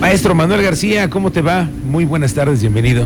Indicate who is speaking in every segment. Speaker 1: Maestro Manuel García, ¿cómo te va? Muy buenas tardes, bienvenido.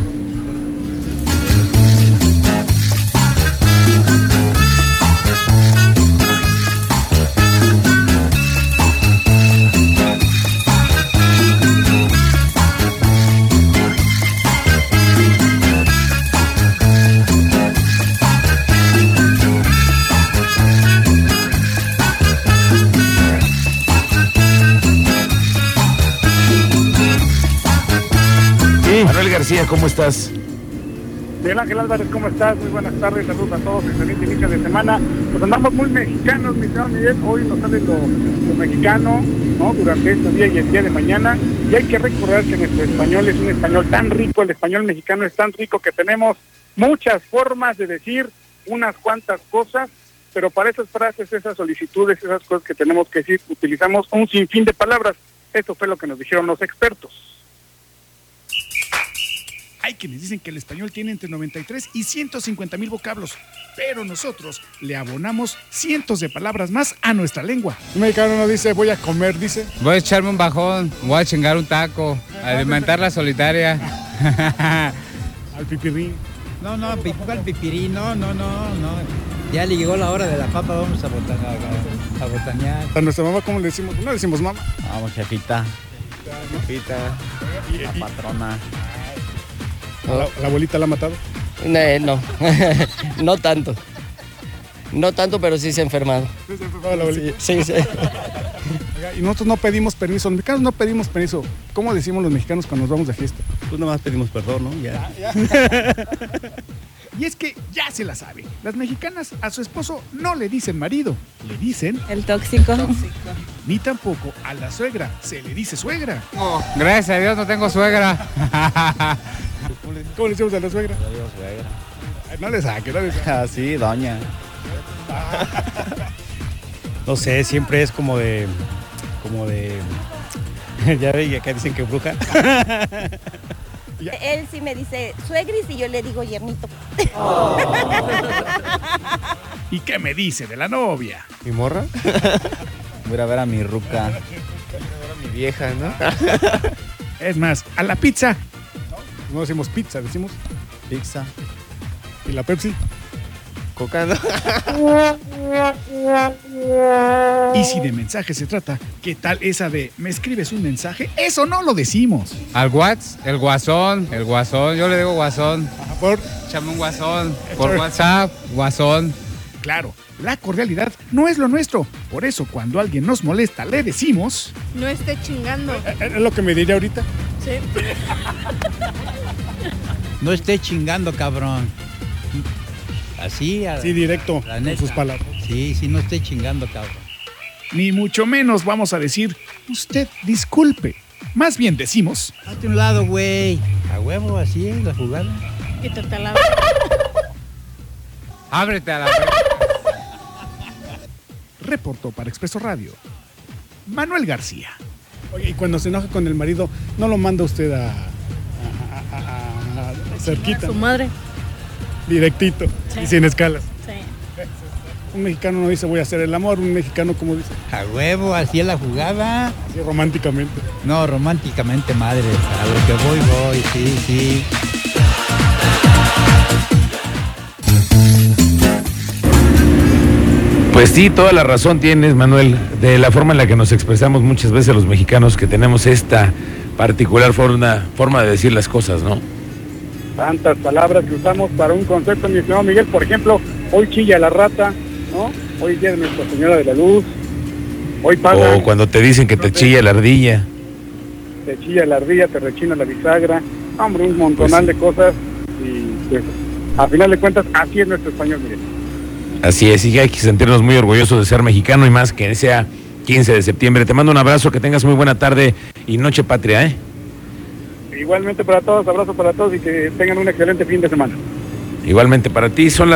Speaker 1: Manuel García, ¿cómo estás?
Speaker 2: Miguel Ángel Álvarez, ¿cómo estás? Muy buenas tardes, saludos a todos, excelente inicio de semana. Pues andamos muy mexicanos, mi señor Miguel, hoy nos sale lo, lo mexicano, ¿no? Durante este día y el día de mañana. Y hay que recordar que nuestro español es un español tan rico, el español mexicano es tan rico que tenemos muchas formas de decir unas cuantas cosas, pero para esas frases, esas solicitudes, esas cosas que tenemos que decir, utilizamos un sinfín de palabras. Esto fue lo que nos dijeron los expertos.
Speaker 3: Hay quienes dicen que el español tiene entre 93 y 150 mil vocablos, pero nosotros le abonamos cientos de palabras más a nuestra lengua.
Speaker 4: Un mexicano no dice voy a comer, dice.
Speaker 5: Voy a echarme un bajón, voy a chingar un taco, a alimentar la solitaria.
Speaker 4: Al pipirrín.
Speaker 6: No, no, pi- ¿cuál pipirí? No, no, no, no. Ya le llegó la hora de la papa, vamos a, botan- a- a- a botanear.
Speaker 4: A nuestra mamá, ¿cómo le decimos? No le decimos mamá.
Speaker 7: Vamos, jefita. Jefita. La patrona.
Speaker 4: La, la abuelita la ha matado.
Speaker 8: No, eh, no. no tanto. No tanto, pero sí se ha enfermado.
Speaker 4: La abuelita.
Speaker 8: Sí, sí, sí.
Speaker 4: Oiga, Y nosotros no pedimos permiso. Los mexicanos no pedimos permiso. ¿Cómo decimos los mexicanos cuando nos vamos de fiesta?
Speaker 7: Pues nada más pedimos perdón, ¿no? Ya.
Speaker 3: Y es que ya se la sabe. Las mexicanas a su esposo no le dicen marido, le dicen,
Speaker 9: El tóxico.
Speaker 3: ni tampoco a la suegra se le dice suegra.
Speaker 5: Gracias a Dios no tengo suegra.
Speaker 4: ¿Cómo le decimos a la suegra? Ay, No le saque, no le saque.
Speaker 7: Ah, sí, doña. No sé, siempre es como de. Como de. Ya ve, y acá dicen que bruja.
Speaker 10: Él sí me dice suegris y yo le digo yernito.
Speaker 3: ¿Y qué me dice de la novia?
Speaker 7: ¿Mi morra? Voy a ir a ver a mi ruca.
Speaker 3: Es más, a la pizza.
Speaker 4: No decimos pizza, decimos.
Speaker 7: Pizza.
Speaker 4: ¿Y la Pepsi?
Speaker 3: Y si de mensaje se trata, ¿qué tal esa de me escribes un mensaje? Eso no lo decimos.
Speaker 5: Al Whats, el guasón, el guasón, yo le digo guasón.
Speaker 4: Por
Speaker 5: Échame un guasón. Por WhatsApp, guasón.
Speaker 3: Claro, la cordialidad no es lo nuestro. Por eso cuando alguien nos molesta le decimos...
Speaker 9: No esté chingando.
Speaker 4: eh, es lo que me diría ahorita.
Speaker 9: Sí.
Speaker 6: No esté chingando, cabrón. Así, a-
Speaker 4: Sí, directo.
Speaker 6: La
Speaker 4: con
Speaker 6: neta.
Speaker 2: pues,
Speaker 4: sus palabras.
Speaker 6: sí, sí, no esté chingando, cabrón.
Speaker 3: Ni mucho menos vamos a decir, usted disculpe. Más bien decimos,
Speaker 6: Hazte un lado, güey. A huevo, así es la jugada.
Speaker 9: Quítate la
Speaker 5: Ábrete a la verga.
Speaker 3: reportó para Expreso Radio, Manuel García.
Speaker 4: Oye, y cuando se enoja con el marido, no lo manda usted a. a- a- a- a- a- cerquita,
Speaker 9: Pues Su madre.
Speaker 4: directito
Speaker 9: Sí.
Speaker 4: y sin escalas.
Speaker 9: Sí.
Speaker 4: Un mexicano no dice voy a hacer el amor, un mexicano como dice,
Speaker 6: A huevo, así es la jugada.
Speaker 4: así románticamente.
Speaker 6: No, románticamente, madre. A lo que voy, voy, sí, sí.
Speaker 1: Pues sí, toda la razón tienes, Manuel, de la forma en la que nos expresamos muchas veces los mexicanos que tenemos esta particular forma, forma de decir las cosas, ¿no?
Speaker 2: tantas palabras que usamos para un concepto, mi estimado Miguel. Por ejemplo, hoy chilla la rata, ¿no? Hoy es día de Nuestra Señora de la Luz. Hoy paga,
Speaker 1: O cuando te dicen que te chilla la ardilla.
Speaker 2: te chilla la ardilla, te rechina la bisagra. Hombre, un montonal de cosas. Y pues, a final de cuentas, así es nuestro español, Miguel.
Speaker 1: Así es, y que hay que sentirnos muy orgullosos de ser mexicano y más que sea 15 de septiembre. Te mando un abrazo, que tengas muy buena tarde y noche patria, ¿eh?
Speaker 2: Igualmente para todos, abrazo para todos y que tengan un excelente fin de semana.
Speaker 1: Igualmente para ti, son las